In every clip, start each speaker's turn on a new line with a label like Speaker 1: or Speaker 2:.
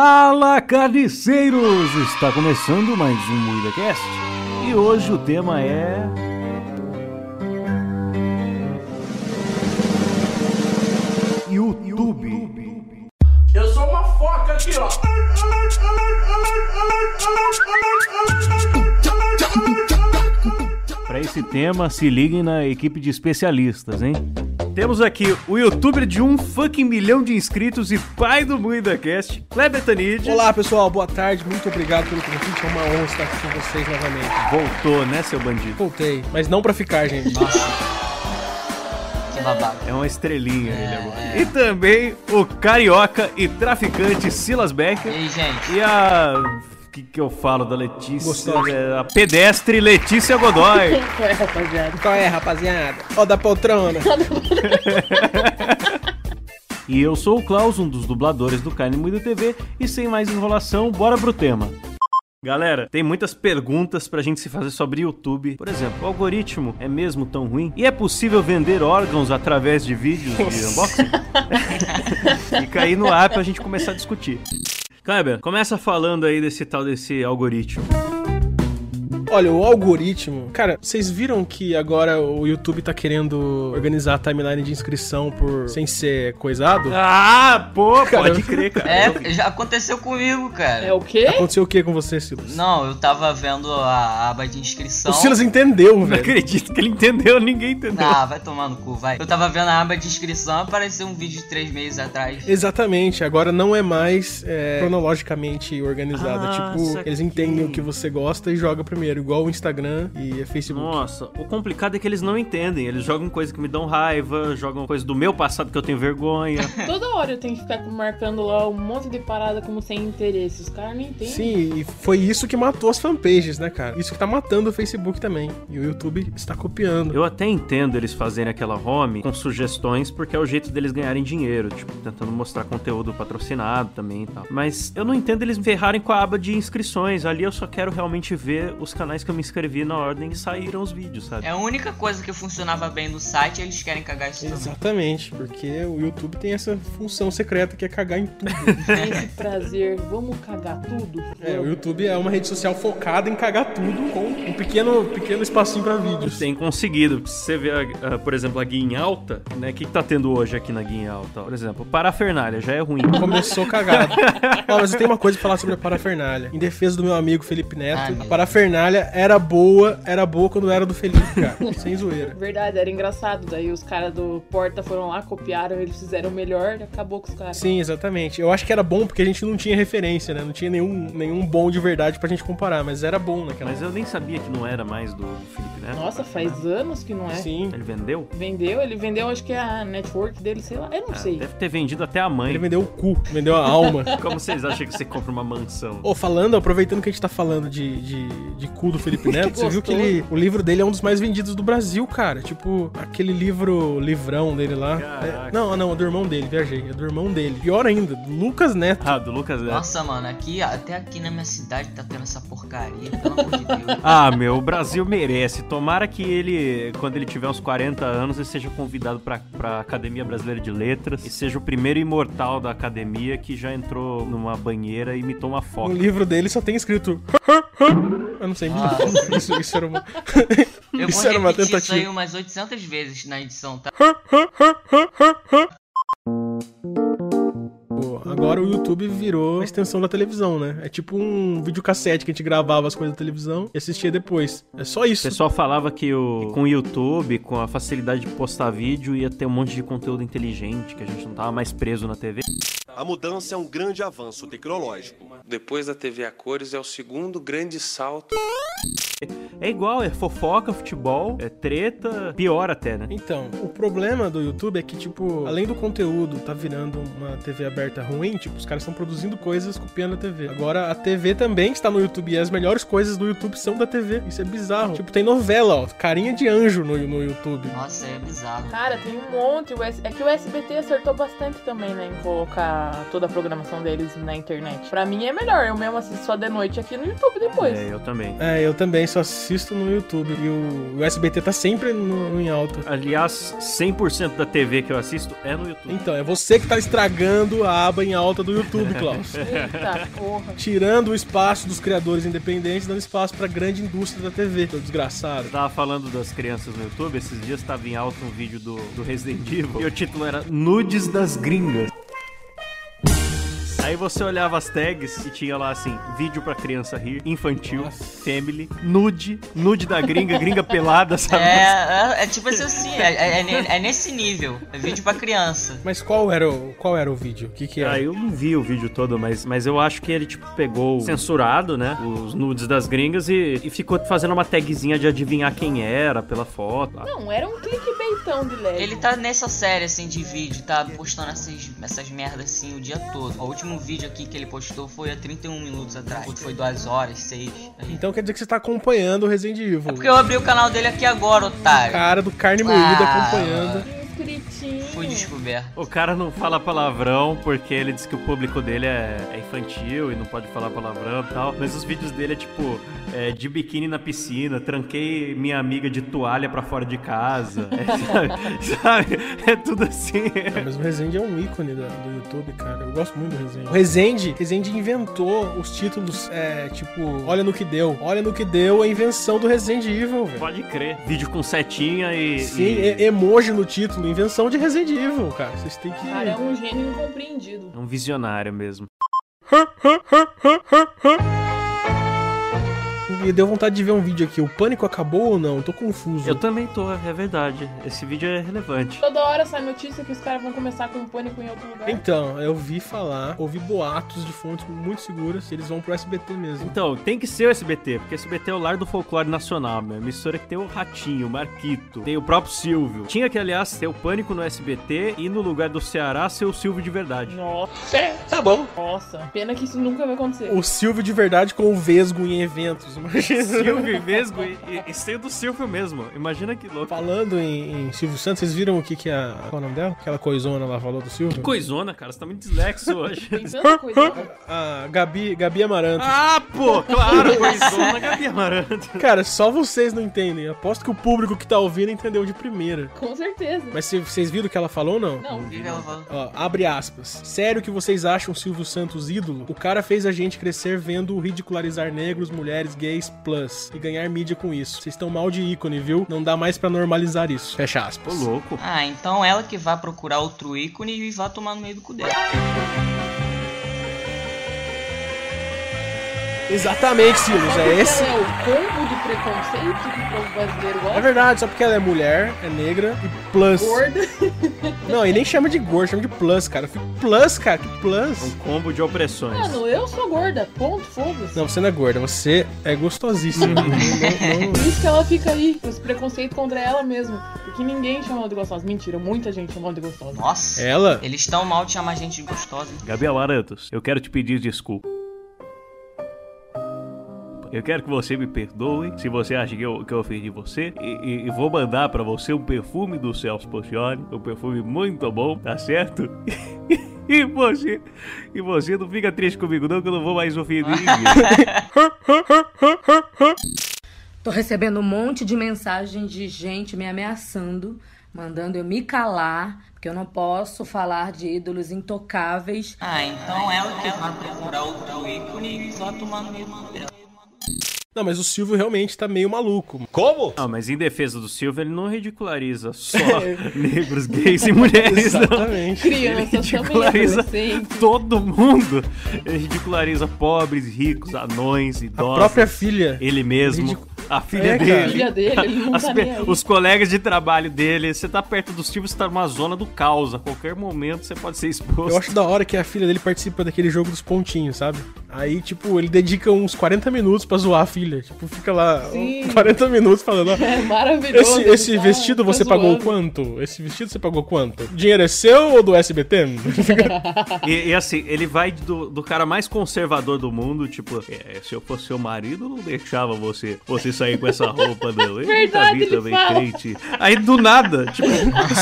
Speaker 1: Fala carniceiros! Está começando mais um MuidaCast e hoje o tema é. YouTube.
Speaker 2: Eu sou uma foca aqui, ó.
Speaker 1: Para esse tema, se liguem na equipe de especialistas, hein?
Speaker 3: Temos aqui o youtuber de um fucking milhão de inscritos e pai do MuidaCast, Kleber Tanid.
Speaker 4: Olá pessoal, boa tarde, muito obrigado pelo convite, é uma honra estar aqui com vocês novamente.
Speaker 3: Voltou, né, seu bandido?
Speaker 4: Voltei, mas não pra ficar, gente.
Speaker 5: Que babaca.
Speaker 3: É uma estrelinha ele
Speaker 5: É.
Speaker 3: agora. E também o carioca e traficante Silas
Speaker 5: E
Speaker 3: Becker.
Speaker 5: aí, gente?
Speaker 3: E a. O que, que eu falo da Letícia?
Speaker 4: Gostosa.
Speaker 3: É, A pedestre Letícia Godoy.
Speaker 5: Qual é, rapaziada?
Speaker 4: Qual é, rapaziada? Ó da poltrona.
Speaker 1: E eu sou o Klaus, um dos dubladores do Carne Moída TV, e sem mais enrolação, bora pro tema.
Speaker 3: Galera, tem muitas perguntas pra gente se fazer sobre YouTube. Por exemplo, o algoritmo é mesmo tão ruim? E é possível vender órgãos através de vídeos de unboxing? Fica aí no ar pra gente começar a discutir. Kleber, começa falando aí desse tal desse algoritmo.
Speaker 4: Olha, o algoritmo. Cara, vocês viram que agora o YouTube tá querendo organizar a timeline de inscrição por sem ser coisado?
Speaker 3: Ah, pô, pode
Speaker 4: Caramba.
Speaker 3: crer, cara.
Speaker 5: É, já aconteceu comigo, cara.
Speaker 6: É o quê?
Speaker 4: Aconteceu o que com você, Silas?
Speaker 5: Não, eu tava vendo a aba de inscrição.
Speaker 4: O Silas é entendeu,
Speaker 3: Não
Speaker 4: velho.
Speaker 3: acredito que ele entendeu, ninguém entendeu.
Speaker 5: Ah, vai tomar no cu, vai. Eu tava vendo a aba de inscrição, apareceu um vídeo de três meses atrás.
Speaker 4: Exatamente, agora não é mais é, cronologicamente organizado.
Speaker 3: Ah,
Speaker 4: É tipo,
Speaker 3: saquei.
Speaker 4: eles entendem o que você gosta e joga primeiro, igual o Instagram e Facebook.
Speaker 3: Nossa, o complicado é que eles não entendem. Eles jogam coisas que me dão raiva, jogam coisas do meu passado que eu tenho vergonha.
Speaker 6: Toda hora eu tenho que ficar marcando lá um monte de parada como sem interesse. Os caras não entendem.
Speaker 4: Sim, e foi isso que matou as fanpages, né, cara? Isso que tá matando o Facebook também. E o YouTube está copiando.
Speaker 3: Eu até entendo eles fazerem aquela home com sugestões, porque é o jeito deles ganharem dinheiro, tipo, tentando mostrar conteúdo patrocinado também e tal. Mas eu não entendo eles ferrarem com a aba de inscrições. Ali eu só quero realmente ver os canais que eu me inscrevi na ordem e saíram os vídeos, sabe?
Speaker 5: É a única coisa que funcionava bem no site, eles querem cagar isso
Speaker 4: é
Speaker 5: também.
Speaker 4: Exatamente, porque o YouTube tem essa função secreta que é cagar em tudo.
Speaker 6: Tem esse prazer. Vamos cagar tudo?
Speaker 4: É, o YouTube é uma rede social focada em cagar tudo com um pequeno, pequeno espacinho pra vídeos.
Speaker 3: Tem conseguido. Se Você vê, a- a, por exemplo, a guinha alta, né? O que, que tá tendo hoje aqui na guinha alta? Por exemplo, parafernália já é ruim.
Speaker 4: Começou cagado. Ó, mas eu tenho uma coisa pra falar sobre a parafernália. Em defesa do meu amigo Felipe
Speaker 5: Ah,
Speaker 4: Neto,
Speaker 5: meu.
Speaker 4: a parafernália era boa, era boa quando era do Felipe, cara. Sem zoeira.
Speaker 6: Verdade, era engraçado. Daí os caras do Porta foram lá, copiaram, eles fizeram melhor e acabou com os caras.
Speaker 4: Sim, exatamente. Eu acho que era bom porque a gente não tinha referência, né? Não tinha nenhum, nenhum bom de verdade pra gente comparar, mas era bom naquela
Speaker 3: Mas eu nem sabia que não era mais do do Felipe, né?
Speaker 6: Nossa, faz anos que não é.
Speaker 4: Sim.
Speaker 3: Ele vendeu?
Speaker 6: Vendeu, ele vendeu, acho que é a network dele, sei lá. Eu não
Speaker 3: Ah,
Speaker 6: sei.
Speaker 3: deve ter vendido até a
Speaker 4: Ele
Speaker 3: mãe.
Speaker 4: vendeu o cu, vendeu a alma.
Speaker 3: Como vocês acham que você compra uma mansão?
Speaker 4: Ô, falando, aproveitando que a gente tá falando de, de, de cu do Felipe Neto, você viu que
Speaker 6: gostoso.
Speaker 4: ele, o livro dele é um dos mais vendidos do Brasil, cara. Tipo, aquele livro, livrão dele lá.
Speaker 3: Caraca.
Speaker 4: É, não, não, é do irmão dele, viajei. É do irmão dele. Pior ainda, do Lucas Neto.
Speaker 3: Ah, do Lucas Neto.
Speaker 5: Nossa, mano, aqui, até aqui na minha cidade tá tendo essa porcaria, pelo amor de Deus.
Speaker 3: Ah, meu, o Brasil merece. Tomara que ele, quando ele tiver uns 40 anos, ele seja convidado pra, pra Academia Brasileira de Letras e seja o primeiro imortal da academia que já entrou numa banheira e imitou uma
Speaker 4: No
Speaker 3: foca.
Speaker 4: livro dele só tem escrito. Eu não sei.
Speaker 5: Ah.
Speaker 4: Isso, isso era uma.
Speaker 5: Eu vou
Speaker 4: isso era uma
Speaker 5: repetir isso
Speaker 4: tentativa.
Speaker 5: aí umas 800 vezes na edição, tá?
Speaker 4: Pô, Agora o YouTube virou a extensão da televisão, né? É tipo um videocassete que a gente gravava as coisas da televisão e assistia depois. É só
Speaker 3: O
Speaker 4: isso.
Speaker 3: pessoal falava que o, com o YouTube, com a facilidade de postar vídeo, ia ter um monte de conteúdo inteligente, que a gente não tava mais preso na TV.
Speaker 7: A mudança é um grande avanço tecnológico.
Speaker 8: Depois da TV a cores é o segundo grande salto.
Speaker 3: É igual, é fofoca, futebol, é treta, pior até, né?
Speaker 4: Então, o problema do YouTube é que, tipo, além do conteúdo tá virando uma TV aberta ruim, tipo, os caras estão produzindo coisas copiando a TV. Agora, a TV também está no YouTube e as melhores coisas do YouTube são da TV. Isso é bizarro. Tipo, tem novela, ó, carinha de anjo no, no YouTube.
Speaker 5: Nossa, é bizarro.
Speaker 6: Cara, tem um monte. o S- É que o SBT acertou bastante também, né? Em colocar toda a programação deles na internet. Pra mim é melhor. Eu mesmo assisto só de noite aqui no YouTube depois.
Speaker 3: É, eu também.
Speaker 4: É, eu também só assisto no YouTube. E o, o SBT tá sempre no- no em alta.
Speaker 3: Aliás, 100% da TV que eu assisto é no YouTube.
Speaker 4: Então, é você que tá estragando a aba em alta do YouTube, Klaus.
Speaker 6: Eita porra.
Speaker 4: Tirando o espaço dos criadores independentes, dando espaço pra grande indústria da TV, seu é desgraçado.
Speaker 3: Eu tava falando das crianças no YouTube, esses dias tava em alta um vídeo do, do Resident Evil e o título era Nudes das Gringas. Aí você olhava as tags e tinha lá assim, vídeo pra criança rir, infantil, family, nude, nude da gringa, gringa pelada,
Speaker 4: Tá
Speaker 3: sabe?
Speaker 5: É, é, é tipo assim, assim é, é- é ne- é nesse nível. É vídeo pra criança.
Speaker 4: Mas qual era o, qual era o vídeo? O que que
Speaker 3: Ah,
Speaker 4: era?
Speaker 3: eu não vi o vídeo todo, mas, mas eu acho que ele, tipo, pegou censurado, né? Os nudes das gringas e, e ficou fazendo uma tagzinha de adivinhar quem era pela foto. lá.
Speaker 6: Não, era um clickbaitão de leve.
Speaker 5: Ele tá nessa série assim de vídeo, tá postando essas, essas merdas assim o dia todo. O último vídeo aqui que ele postou foi há 31 minutos atrás. O outro foi 2 horas, 6.
Speaker 4: Então quer dizer que você tá acompanhando o Resident Evil.
Speaker 5: É porque eu abri o canal dele aqui agora, otário.
Speaker 4: Cara do carne moída
Speaker 5: Ah.
Speaker 4: acompanhando.
Speaker 6: Hum, Bonitinho.
Speaker 5: Fui descoberto.
Speaker 3: O cara não fala palavrão porque ele diz que o público dele é, é infantil e não pode falar palavrão e tal. Mas os vídeos dele é tipo é, de biquíni na piscina, tranquei minha amiga de toalha pra fora de casa. É, sabe, sabe? É tudo assim.
Speaker 4: É, mas o Rezende é um ícone da- do YouTube, cara. Eu gosto muito do Rezende. O Rezende, Rezende inventou os títulos, é, tipo, Olha no que deu. Olha no que deu a invenção do Resident Evil, velho.
Speaker 3: Pode crer. Vídeo com setinha e.
Speaker 4: Sim,
Speaker 3: e-
Speaker 4: e- emoji no título, invenção de Resident Evil, cara. Vocês têm que.
Speaker 6: Cara, é um gênio incompreendido.
Speaker 3: É um visionário mesmo.
Speaker 4: Me deu vontade de ver um vídeo aqui. O pânico acabou ou não? Tô confuso.
Speaker 3: Eu também tô, é verdade. Esse vídeo é relevante.
Speaker 6: Toda hora sai notícia que os caras vão começar com um pânico em outro lugar.
Speaker 4: Então, eu vi falar, ouvi boatos de fontes muito seguras, que eles vão pro SBT mesmo.
Speaker 3: Então, tem que ser o SBT, porque o SBT é o lar do folclore nacional, meu. Emissora que tem o Ratinho, o Marquito, tem o próprio Silvio. Tinha que, aliás, ter o Pânico no SBT e no lugar do Ceará ser o Silvio de verdade.
Speaker 6: Nossa,
Speaker 4: Tá bom.
Speaker 6: nossa. Pena que isso nunca vai acontecer.
Speaker 4: O Silvio de verdade com o Vesgo em eventos, imagina.
Speaker 3: Silvio mesmo e, e, e sendo Silvio mesmo. Imagina que louco.
Speaker 4: Falando em, em Silvio Santos, vocês viram o que que a... Qual é o nome dela? Aquela coisona lá falou do Silvio?
Speaker 3: Coisona, cara, você tá muito dislexo hoje.
Speaker 6: Tem tanta coisa.
Speaker 4: A Gabi, Gabi Amaranto.
Speaker 3: ah, pô, claro, coisona, Gabi Amaranto.
Speaker 4: Cara, só vocês não entendem. Aposto que o público que tá ouvindo entendeu de primeira.
Speaker 6: Com certeza.
Speaker 4: Mas se- vocês viram o que ela falou ou não?
Speaker 6: Não,
Speaker 5: O que que ela falou?
Speaker 4: Ó, abre aspas. Sério que vocês acham Silvio Santos ídolo? O cara fez a gente crescer vendo ridicularizar negros, mulheres, gays, plus. E ganhar mídia com isso. Vocês estão mal de ícone, viu? Não dá mais pra normalizar isso. Fecha
Speaker 3: Ô,
Speaker 4: aspas.
Speaker 3: louco.
Speaker 5: Ah, então ela que vai procurar outro ícone e vai tomar no meio do cu dela.
Speaker 4: Exatamente, Silvio.
Speaker 6: Só
Speaker 4: É
Speaker 6: porque
Speaker 4: esse.
Speaker 6: ela É o combo de preconceito que o povo brasileiro
Speaker 4: É
Speaker 6: gosta.
Speaker 4: verdade, só porque ela é mulher, é negra e plus.
Speaker 6: Gorda.
Speaker 4: Não, e nem chama de gordo, chama de plus, cara. Eu fico, plus, cara, que plus.
Speaker 3: Um combo de opressões.
Speaker 6: Mano, eu sou gorda. Ponto, foda-se.
Speaker 4: Não, você não é gorda, você é gostosíssima. Não- não-
Speaker 6: Por isso que ela fica aí, com esse preconceito contra ela mesma. Porque ninguém chama ela de gostosa. Mentira, muita gente chama ela de gostosa.
Speaker 5: Nossa.
Speaker 4: Ela?
Speaker 5: Eles estão mal de chamar gente de gostosa. hein?
Speaker 3: Gabi Amarantos, eu quero te pedir desculpa. Eu quero que você me perdoe se você acha que eu, que eu ofendi você. E, e- e vou mandar pra você um perfume do Celso Porcioli. Um perfume muito bom, tá certo? E você, e você não fica triste comigo, não, que eu não vou mais ofender ninguém.
Speaker 9: Tô recebendo um monte de mensagem de gente me ameaçando, mandando eu me calar, porque eu não posso falar de ídolos intocáveis.
Speaker 5: Ah, então ela que vai procurar outro ícone e vai tomar no meio do cu dela.
Speaker 4: Não, mas o Silvio realmente tá meio maluco.
Speaker 7: Como?
Speaker 3: Não, mas em defesa do Silvio, ele não ridiculariza só negros, gays e mulheres, não.
Speaker 4: Exatamente.
Speaker 6: Crianças também,
Speaker 3: Ridiculariza
Speaker 6: adolescentes.
Speaker 3: todo mundo. Ele ridiculariza pobres, ricos, anões,
Speaker 4: A
Speaker 3: idosos.
Speaker 4: própria filha.
Speaker 3: Ele mesmo.
Speaker 4: Ridicu-
Speaker 3: A filha
Speaker 4: É, cara.
Speaker 3: dele.
Speaker 6: filha dele, ele não
Speaker 3: As
Speaker 6: tá
Speaker 3: pe-
Speaker 6: nem aí.
Speaker 3: os colegas de trabalho dele, você tá perto dos times, você tá numa zona do caos. A qualquer momento você pode ser exposto.
Speaker 4: Eu acho da hora que a filha dele participa daquele jogo dos pontinhos, sabe? Aí, tipo, ele dedica uns 40 minutos pra zoar a filha. Tipo, fica lá
Speaker 6: Sim.
Speaker 4: uns 40 minutos falando, ó.
Speaker 6: É maravilhoso.
Speaker 4: Esse,
Speaker 6: ele
Speaker 4: esse
Speaker 6: tá-
Speaker 4: vestido
Speaker 6: tá
Speaker 4: você pagou
Speaker 6: zoando.
Speaker 4: quanto? Esse vestido você pagou quanto? O dinheiro é seu ou do SBT?
Speaker 3: E, e assim, ele vai do, do cara mais conservador do mundo, tipo, "É, se eu fosse seu marido, eu não deixava você, você sair com essa roupa do.
Speaker 6: Verdade, ele
Speaker 3: também
Speaker 6: fala.
Speaker 3: crente. Aí do nada, tipo,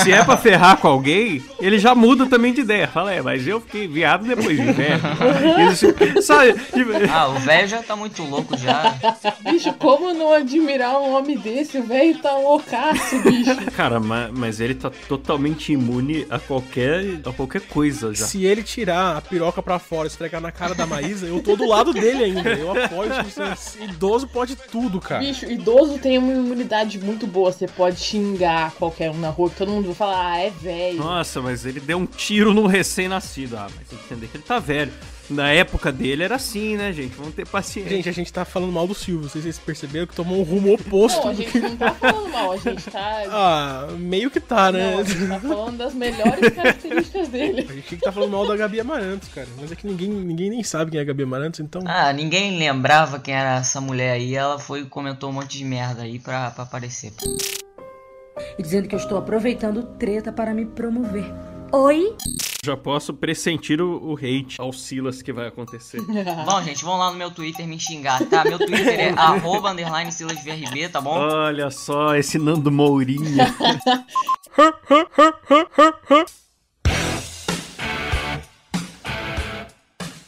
Speaker 3: se é pra ferrar com alguém, ele já muda também de ideia. Fala, é, mas eu fiquei viado depois de velho. Ele, sabe? Tipo,
Speaker 5: Ah, o velho já tá muito louco já.
Speaker 6: Bicho, como não admirar um homem desse? O velho tá loucaço, bicho.
Speaker 3: cara, ma- mas, ele tá totalmente imune a qualquer, a qualquer coisa já.
Speaker 4: Se ele tirar a piroca pra fora e esfregar na cara da Maísa, eu tô do lado dele ainda. Eu apoio isso. Esse Idoso pode tudo, cara.
Speaker 6: Bicho, idoso tem uma imunidade muito boa. Você pode xingar qualquer um na rua, que todo mundo vai falar, ah, é velho.
Speaker 3: Nossa, mas ele deu um tiro no recém-nascido. Ah, mas tem que entender que ele tá velho. Na época dele era assim, né, gente? Vamos ter paciência.
Speaker 4: Gente, a gente tá falando mal do Silvio. Não sei se vocês perceberam que tomou um rumo oposto.
Speaker 6: Não, a
Speaker 4: do
Speaker 6: gente
Speaker 4: que...
Speaker 6: não tá falando mal, a gente tá.
Speaker 4: Ah, meio que tá, né?
Speaker 6: Não, a gente tá falando das melhores características dele.
Speaker 4: A gente tinha que tá falando mal da Gabi Amarantos, cara. Mas é que ninguém, ninguém nem sabe quem é a Gabi Amarantos, então.
Speaker 5: Ah, ninguém lembrava quem era essa mulher aí. Ela foi e comentou um monte de merda aí pra, pra aparecer.
Speaker 9: E dizendo que eu estou aproveitando treta para me promover. Oi?
Speaker 3: Já posso pressentir o, o hate ao Silas que vai acontecer.
Speaker 5: Bom, gente, vão lá no meu Twitter me xingar, tá? Meu Twitter é arroba underline SilasVRB, tá
Speaker 4: Ah,
Speaker 5: bom?
Speaker 3: Olha só esse Nando Mourinho.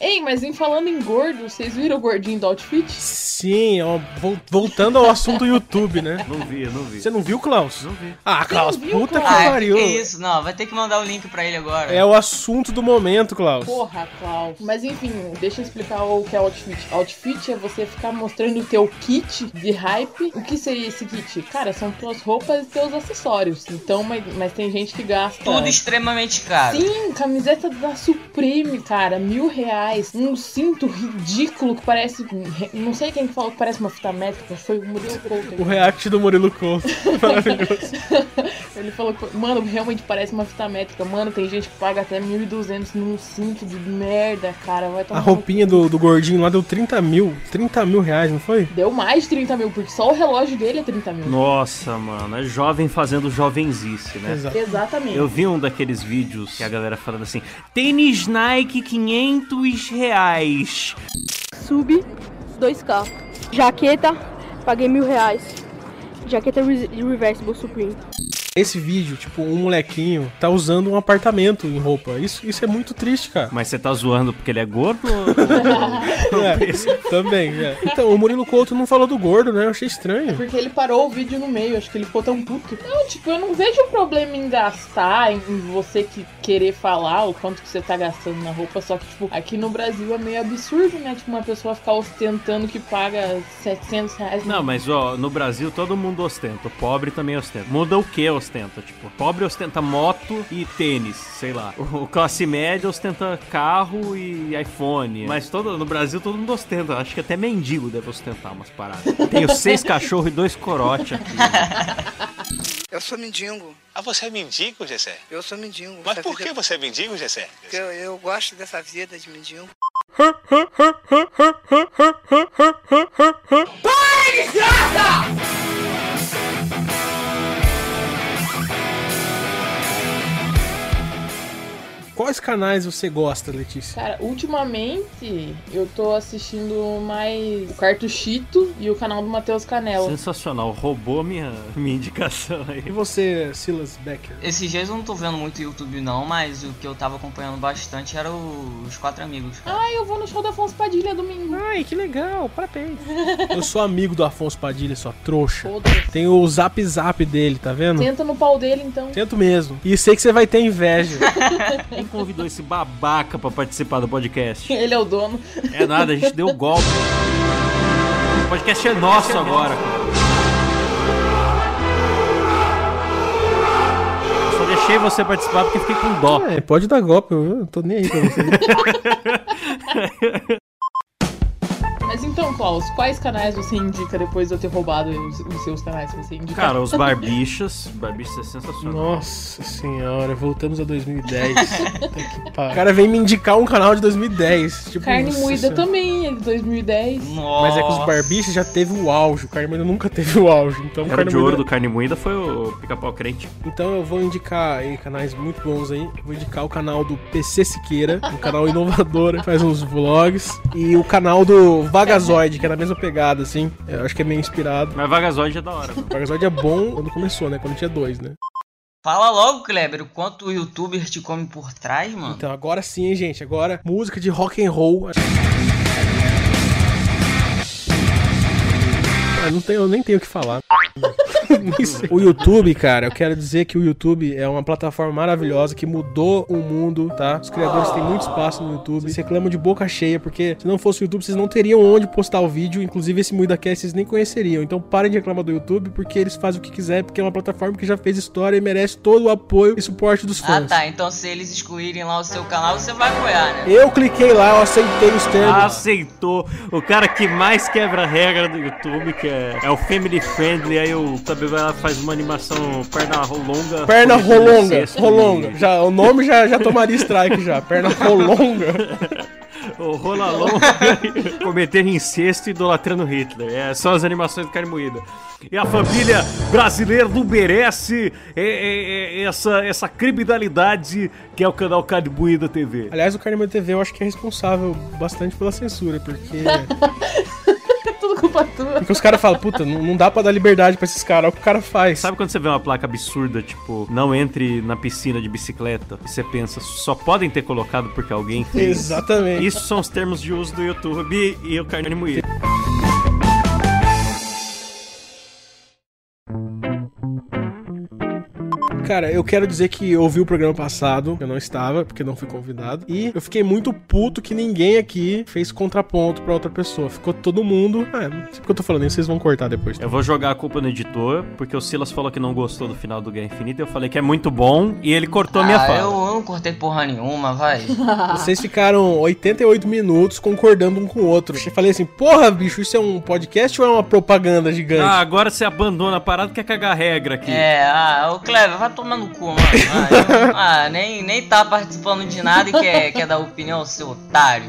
Speaker 6: Ei, mas em falando em gordo, vocês viram o gordinho do outfit?
Speaker 4: Sim, ó, vol- voltando ao assunto YouTube, né?
Speaker 3: não vi, não vi.
Speaker 4: Você não viu, Klaus?
Speaker 3: Não vi.
Speaker 4: Ah, Klaus,
Speaker 6: não viu,
Speaker 4: puta que
Speaker 6: Klaus?
Speaker 5: Ah,
Speaker 4: pariu.
Speaker 5: que isso? Não, vai ter que mandar o link pra ele agora.
Speaker 4: É o assunto do momento, Klaus.
Speaker 6: Porra, Klaus. Mas enfim, deixa eu explicar o que é outfit. Outfit é você ficar mostrando o teu kit de hype. O que seria esse kit? Cara, são tuas roupas e teus acessórios. Então, mas, mas tem gente que gasta.
Speaker 5: Tudo extremamente caro.
Speaker 6: Sim, camiseta da Supreme, cara, mil reais. Um cinto ridículo que parece. Não sei quem falou que parece uma fita métrica, mas foi o Murilo
Speaker 4: O
Speaker 6: Couto.
Speaker 4: react do Murilo Couto. Maravilhoso.
Speaker 6: Ele falou que, mano, realmente parece uma fita métrica. Mano, tem gente que paga até 1.200 num cinto de merda, cara. Vai
Speaker 4: A
Speaker 6: tomar. no
Speaker 4: roupinha do, do gordinho lá deu 30 mil. 30 mil reais, não foi?
Speaker 6: Deu mais de 30 mil, porque só o relógio dele é 30 mil.
Speaker 3: Nossa, mano, é jovem fazendo jovenzice, né?
Speaker 4: Exato.
Speaker 6: Exatamente.
Speaker 3: Eu vi um daqueles vídeos que a galera falando assim: tênis Nike 500 reais.
Speaker 10: sub 2K. Jaqueta, paguei mil reais. Jaqueta re Reversible Supreme.
Speaker 4: Esse vídeo, tipo, um molequinho tá usando um apartamento em roupa. Isso, isso é muito triste, cara.
Speaker 3: Mas você tá zoando porque ele é gordo? ou- ou- ou-
Speaker 4: É, também, é. Então, o Murilo Couto não falou do gordo, né? Eu achei estranho.
Speaker 6: Porque ele parou o vídeo no meio, acho que ele ficou tão puto. que- Não, tipo, eu não vejo problema em gastar, em em você que querer falar o quanto que você tá gastando na roupa, só que, tipo, aqui no Brasil é meio absurdo, né? Tipo, uma pessoa ficar ostentando que paga 700 reais.
Speaker 3: Não, mas ó, no Brasil todo mundo ostenta. O pobre também ostenta. Muda o que ostenta? Tipo, o pobre ostenta moto e tênis, sei lá. O, o classe média ostenta carro e iPhone. Mas todo, no Brasil todo mundo ostenta. Acho que até mendigo deve ostentar umas paradas. Tenho seis cachorros e dois corote aqui.
Speaker 10: Eu sou mendigo.
Speaker 8: Ah, você é mendigo, Gessé?
Speaker 10: Eu sou mendigo.
Speaker 8: Mas
Speaker 10: Essa
Speaker 8: por que
Speaker 10: vida-
Speaker 8: você é mendigo, Gessé?
Speaker 10: porque Eu, eu gosto dessa vida de mendigo.
Speaker 4: Quais canais você gosta, Letícia?
Speaker 6: Cara, ultimamente eu tô assistindo mais o Cartuchito e o canal do Matheus Canela.
Speaker 3: Sensacional. Roubou minha, minha indicação aí.
Speaker 4: E você, Silas Becker?
Speaker 5: Esses dias eu não tô vendo muito YouTube não, mas o que eu tava acompanhando bastante era o- os quatro amigos, cara.
Speaker 6: Ah, eu vou no show da Afonso Padilha domingo.
Speaker 4: Ai, que legal, parabéns. Eu sou amigo do Afonso Padilha, sua trouxa.
Speaker 6: Foda-se.
Speaker 4: Tem o zap zap dele, tá vendo?
Speaker 6: Senta no pau dele, então.
Speaker 4: Tento mesmo. E sei que você vai ter inveja.
Speaker 3: Quem convidou esse babaca pra participar do podcast?
Speaker 6: Ele é o dono.
Speaker 3: É nada, a gente deu golpe. O podcast é nosso agora. Eu Só deixei você participar porque fiquei com dó.
Speaker 4: É, pode dar golpe, eu eu não tô nem aí pra você.
Speaker 6: Mas então, Klaus, quais canais você indica depois de eu ter roubado os, os seus canais que você indica?
Speaker 3: Cara, os barbichas. Barbichas é sensacional.
Speaker 4: Nossa senhora, voltamos a 2010. o cara vem me indicar um canal de 2010. Tipo,
Speaker 6: Carne
Speaker 4: nossa
Speaker 6: moída
Speaker 4: senhora.
Speaker 6: também, é de 2010.
Speaker 5: Nossa.
Speaker 4: Mas é que os barbichos já teve o auge, o carne moída nunca teve o auge. Então,
Speaker 3: Era
Speaker 4: carne
Speaker 3: de ouro
Speaker 4: moída-
Speaker 3: do carne moída foi o pica-pau crente.
Speaker 4: Então eu vou indicar aí canais muito bons aí. Vou indicar o canal do PC Siqueira, um canal inovador, que faz uns vlogs. E o canal do Vagazoid, que é na mesma pegada, assim. Eu acho que é meio inspirado.
Speaker 3: Mas Vagazoid é da hora.
Speaker 4: Vagazoid é bom quando começou, né? Quando tinha dois, né?
Speaker 5: Fala logo, Kleber, o quanto o youtuber te come por trás, mano.
Speaker 4: Então, agora sim, hein, gente. Agora, música de rock and roll. Eu, não tenho, eu nem tenho o que falar. o YouTube, cara, eu quero dizer que o YouTube é uma plataforma maravilhosa que mudou o mundo, tá? Os criadores têm muito espaço no YouTube. Vocês reclamam de boca cheia, porque se não fosse o YouTube, vocês não teriam onde postar o vídeo. Inclusive, esse MuidaCast vocês nem conheceriam. Então parem de reclamar do YouTube, porque eles fazem o que quiser, porque é uma plataforma que já fez história e merece todo o apoio e suporte dos
Speaker 5: Ah,
Speaker 4: fãs.
Speaker 5: tá. Então se eles excluírem lá o seu canal, você vai apoiar, né?
Speaker 4: Eu cliquei lá, eu aceitei os termos.
Speaker 3: Aceitou. O cara que mais quebra a regra do YouTube, que é, é o family friendly, aí o também vai lá e faz uma animação perna rolonga.
Speaker 4: Perna
Speaker 3: com letra de
Speaker 4: rolonga,
Speaker 3: incesto
Speaker 4: rolonga.
Speaker 3: e-
Speaker 4: Já, o nome já, já tomaria strike já. Perna rolonga.
Speaker 3: O rolalonga cometendo incesto e idolatrando Hitler. É, são as animações do carne moída. E a família brasileira não merece é, é, é, essa, essa criminalidade que é o canal Carne Moída TV.
Speaker 4: Aliás, o Carnaval TV eu acho que é responsável bastante pela censura, porque,
Speaker 6: É Tudo culpa tua.
Speaker 4: porque os caras falam, puta, não, não dá pra dar liberdade pra esses caras, olha o que o cara faz.
Speaker 3: Sabe quando você vê uma placa absurda, tipo, não entre na piscina de bicicleta? E você pensa, só podem ter colocado porque alguém fez.
Speaker 4: Exatamente.
Speaker 3: é Isso são os termos de uso do YouTube e o carne moída.
Speaker 4: Cara, eu quero dizer que eu ouvi o programa passado, eu não estava, porque não fui convidado, e eu fiquei muito puto que ninguém aqui fez contraponto pra outra pessoa. Ficou todo mundo. Ah, não sei porque eu tô falando isso, vocês vão cortar depois. tá?"
Speaker 3: Eu vou jogar a culpa no editor, porque o Silas falou que não gostou do final do Guerra Infinita. Eu falei que é muito bom e ele cortou minha
Speaker 5: ah,
Speaker 3: fala.
Speaker 5: eu, eu não cortei porra nenhuma, vai.
Speaker 4: Vocês ficaram 88 minutos concordando um com o outro. Eu falei assim, porra, bicho, isso é um podcast ou é uma propaganda gigante?
Speaker 3: Ah, agora você abandona a parada quer cagar regra aqui.
Speaker 5: É, ah, o Kleber, vai tomar no cu, mano. Ah, eu- ah, nem, nem tá participando de nada e quer, quer dar opinião, seu otário.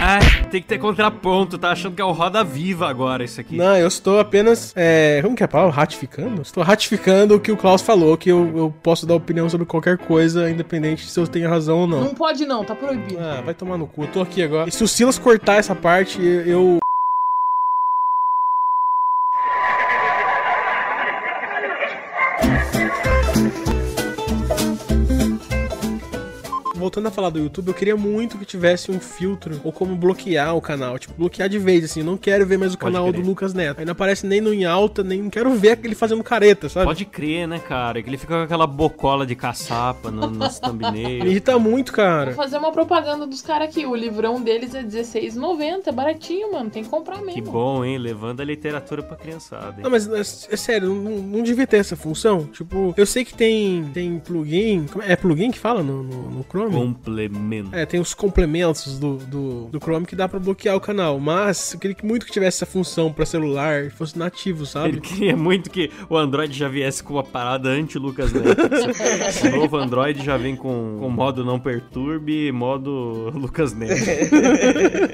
Speaker 3: Ah, tem que ter contraponto, tá achando que é o Roda Viva agora isso aqui.
Speaker 4: Não, eu estou apenas. é, como que é a palavra? Ratificando? Estou ratificando o que o Klaus falou, que eu, eu posso dar opinião sobre qualquer coisa, independente se eu tenho razão ou não.
Speaker 6: Não pode não, tá proibido.
Speaker 4: Ah, vai tomar no cu, eu tô aqui agora. E se o Silas cortar essa parte, eu. Voltando a falar do YouTube, eu queria muito que tivesse um filtro ou como bloquear o canal. Tipo, bloquear de vez, assim. Não quero ver mais o
Speaker 3: Pode
Speaker 4: canal do
Speaker 3: crer.
Speaker 4: Lucas Neto. Aí não aparece nem no em alta, nem não quero ver ele fazendo careta, sabe?
Speaker 3: Pode crer, né, cara? Que ele fica com aquela bocola de caçapa no, nos thumbnails.
Speaker 4: Me irrita muito, cara.
Speaker 6: Vou fazer uma propaganda dos caras aqui. O livrão deles é R$16,90. É baratinho, mano. Tem que comprar
Speaker 3: Que
Speaker 6: mesmo.
Speaker 3: bom, hein? Levando a literatura pra criançada.
Speaker 4: Não,
Speaker 3: Hein?
Speaker 4: mas é, é sério, não, não devia ter essa função. Tipo, eu sei que tem, tem plugin. como É é plugin que fala no, no, no Chrome?
Speaker 3: Complemento.
Speaker 4: É, tem os complementos do, do, do Chrome que dá pra bloquear o canal. Mas eu queria que muito que tivesse essa função pra celular, fosse nativo,
Speaker 3: Ele
Speaker 4: sabe?
Speaker 3: queria muito que o Android já viesse com uma parada anti-Lucas Neto. o novo Android já vem com, com modo não perturbe e modo Lucas Neto.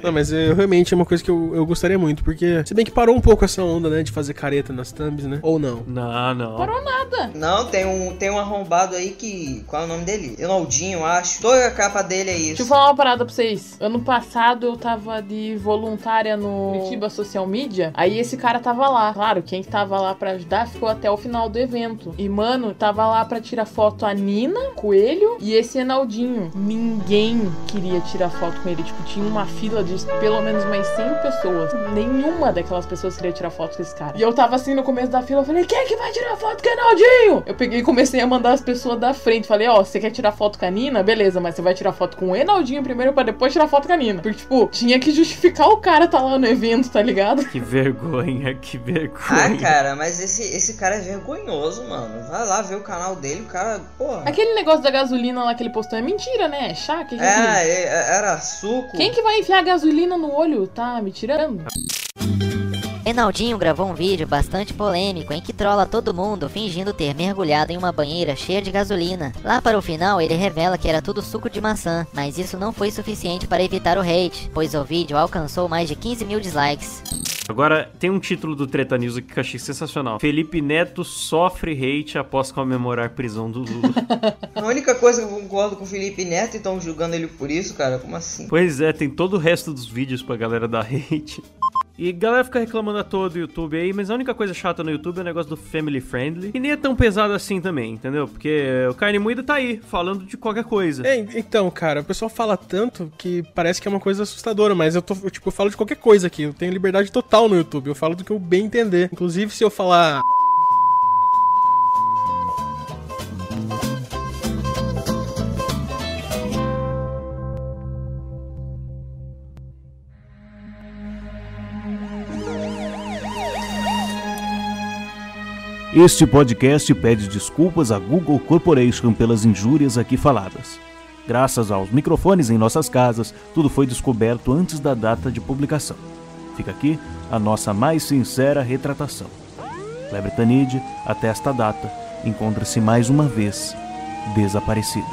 Speaker 4: Não, mas eu, realmente é uma coisa que eu, eu gostaria muito, porque. Se bem que parou um pouco essa onda, né, de fazer careta nas thumbs, né? Ou não.
Speaker 3: Não, não.
Speaker 6: Parou nada.
Speaker 5: Não, tem um, tem um arrombado aí que. Qual é o nome dele? Ronaldinho, acho. Toda a capa dele é
Speaker 6: Deixa eu
Speaker 5: isso.
Speaker 6: falar uma parada pra vocês. Ano passado eu tava de voluntária no Curitiba Social Media. Aí esse cara tava lá. Claro, quem tava lá pra ajudar ficou até o final do evento. E, mano, tava lá pra tirar foto a Nina, Coelho e esse Enaldinho. Ninguém queria tirar foto com ele. Tipo, tinha uma fila de pelo menos mais 100 pessoas. Nenhuma daquelas pessoas queria tirar foto com esse cara. E eu tava assim no começo da fila. Eu falei, quem é que vai tirar foto com o Enaldinho? Eu peguei e comecei a mandar as pessoas da frente. Falei, ó, você quer tirar foto com a Nina? Beleza, mas você vai tirar foto com o Enaldinho primeiro pra depois tirar foto com a Nina. Porque, tipo, tinha que justificar o cara tá lá no evento, tá ligado?
Speaker 3: Que vergonha, que vergonha.
Speaker 5: Ah, cara, mas esse, esse cara é vergonhoso, mano. Vai lá ver o canal dele, o cara, porra.
Speaker 6: Aquele negócio da gasolina lá que ele postou é mentira, né? É chá? Que que é aquilo?
Speaker 5: É, é, era suco.
Speaker 6: Quem que vai enfiar gasolina no olho? Tá me tirando?
Speaker 11: Reinaldinho gravou um vídeo bastante polêmico em que trola todo mundo fingindo ter mergulhado em uma banheira cheia de gasolina. Lá para o final, ele revela que era tudo suco de maçã, mas isso não foi suficiente para evitar o hate, pois o vídeo alcançou mais de 15 mil dislikes.
Speaker 3: Agora, tem um título do Treta News aqui que eu achei sensacional. Felipe Neto sofre hate após comemorar prisão do Lula.
Speaker 5: A única coisa que eu concordo com o Felipe Neto e estão julgando ele por isso, cara, como assim?
Speaker 3: pois é, tem todo o resto dos vídeos pra galera dar hate.
Speaker 12: E galera fica reclamando à toa do YouTube aí, mas a única coisa chata no YouTube é o negócio do family friendly. E nem é tão pesado assim também, entendeu? Porque o Carne Moída tá aí, falando de qualquer coisa.
Speaker 4: É, então, cara, o pessoal fala tanto que parece que é uma coisa assustadora, mas eu tô, eu, tipo, eu falo de qualquer coisa aqui. Eu tenho liberdade total no YouTube. Eu falo do que eu bem entender. Inclusive, se eu falar.
Speaker 3: Este podcast pede desculpas à Google Corporation pelas injúrias aqui faladas. Graças aos microfones em nossas casas, tudo foi descoberto antes da data de publicação. Fica aqui a nossa mais sincera retratação. Kleber Tanid, até esta data, encontra-se mais uma vez desaparecido.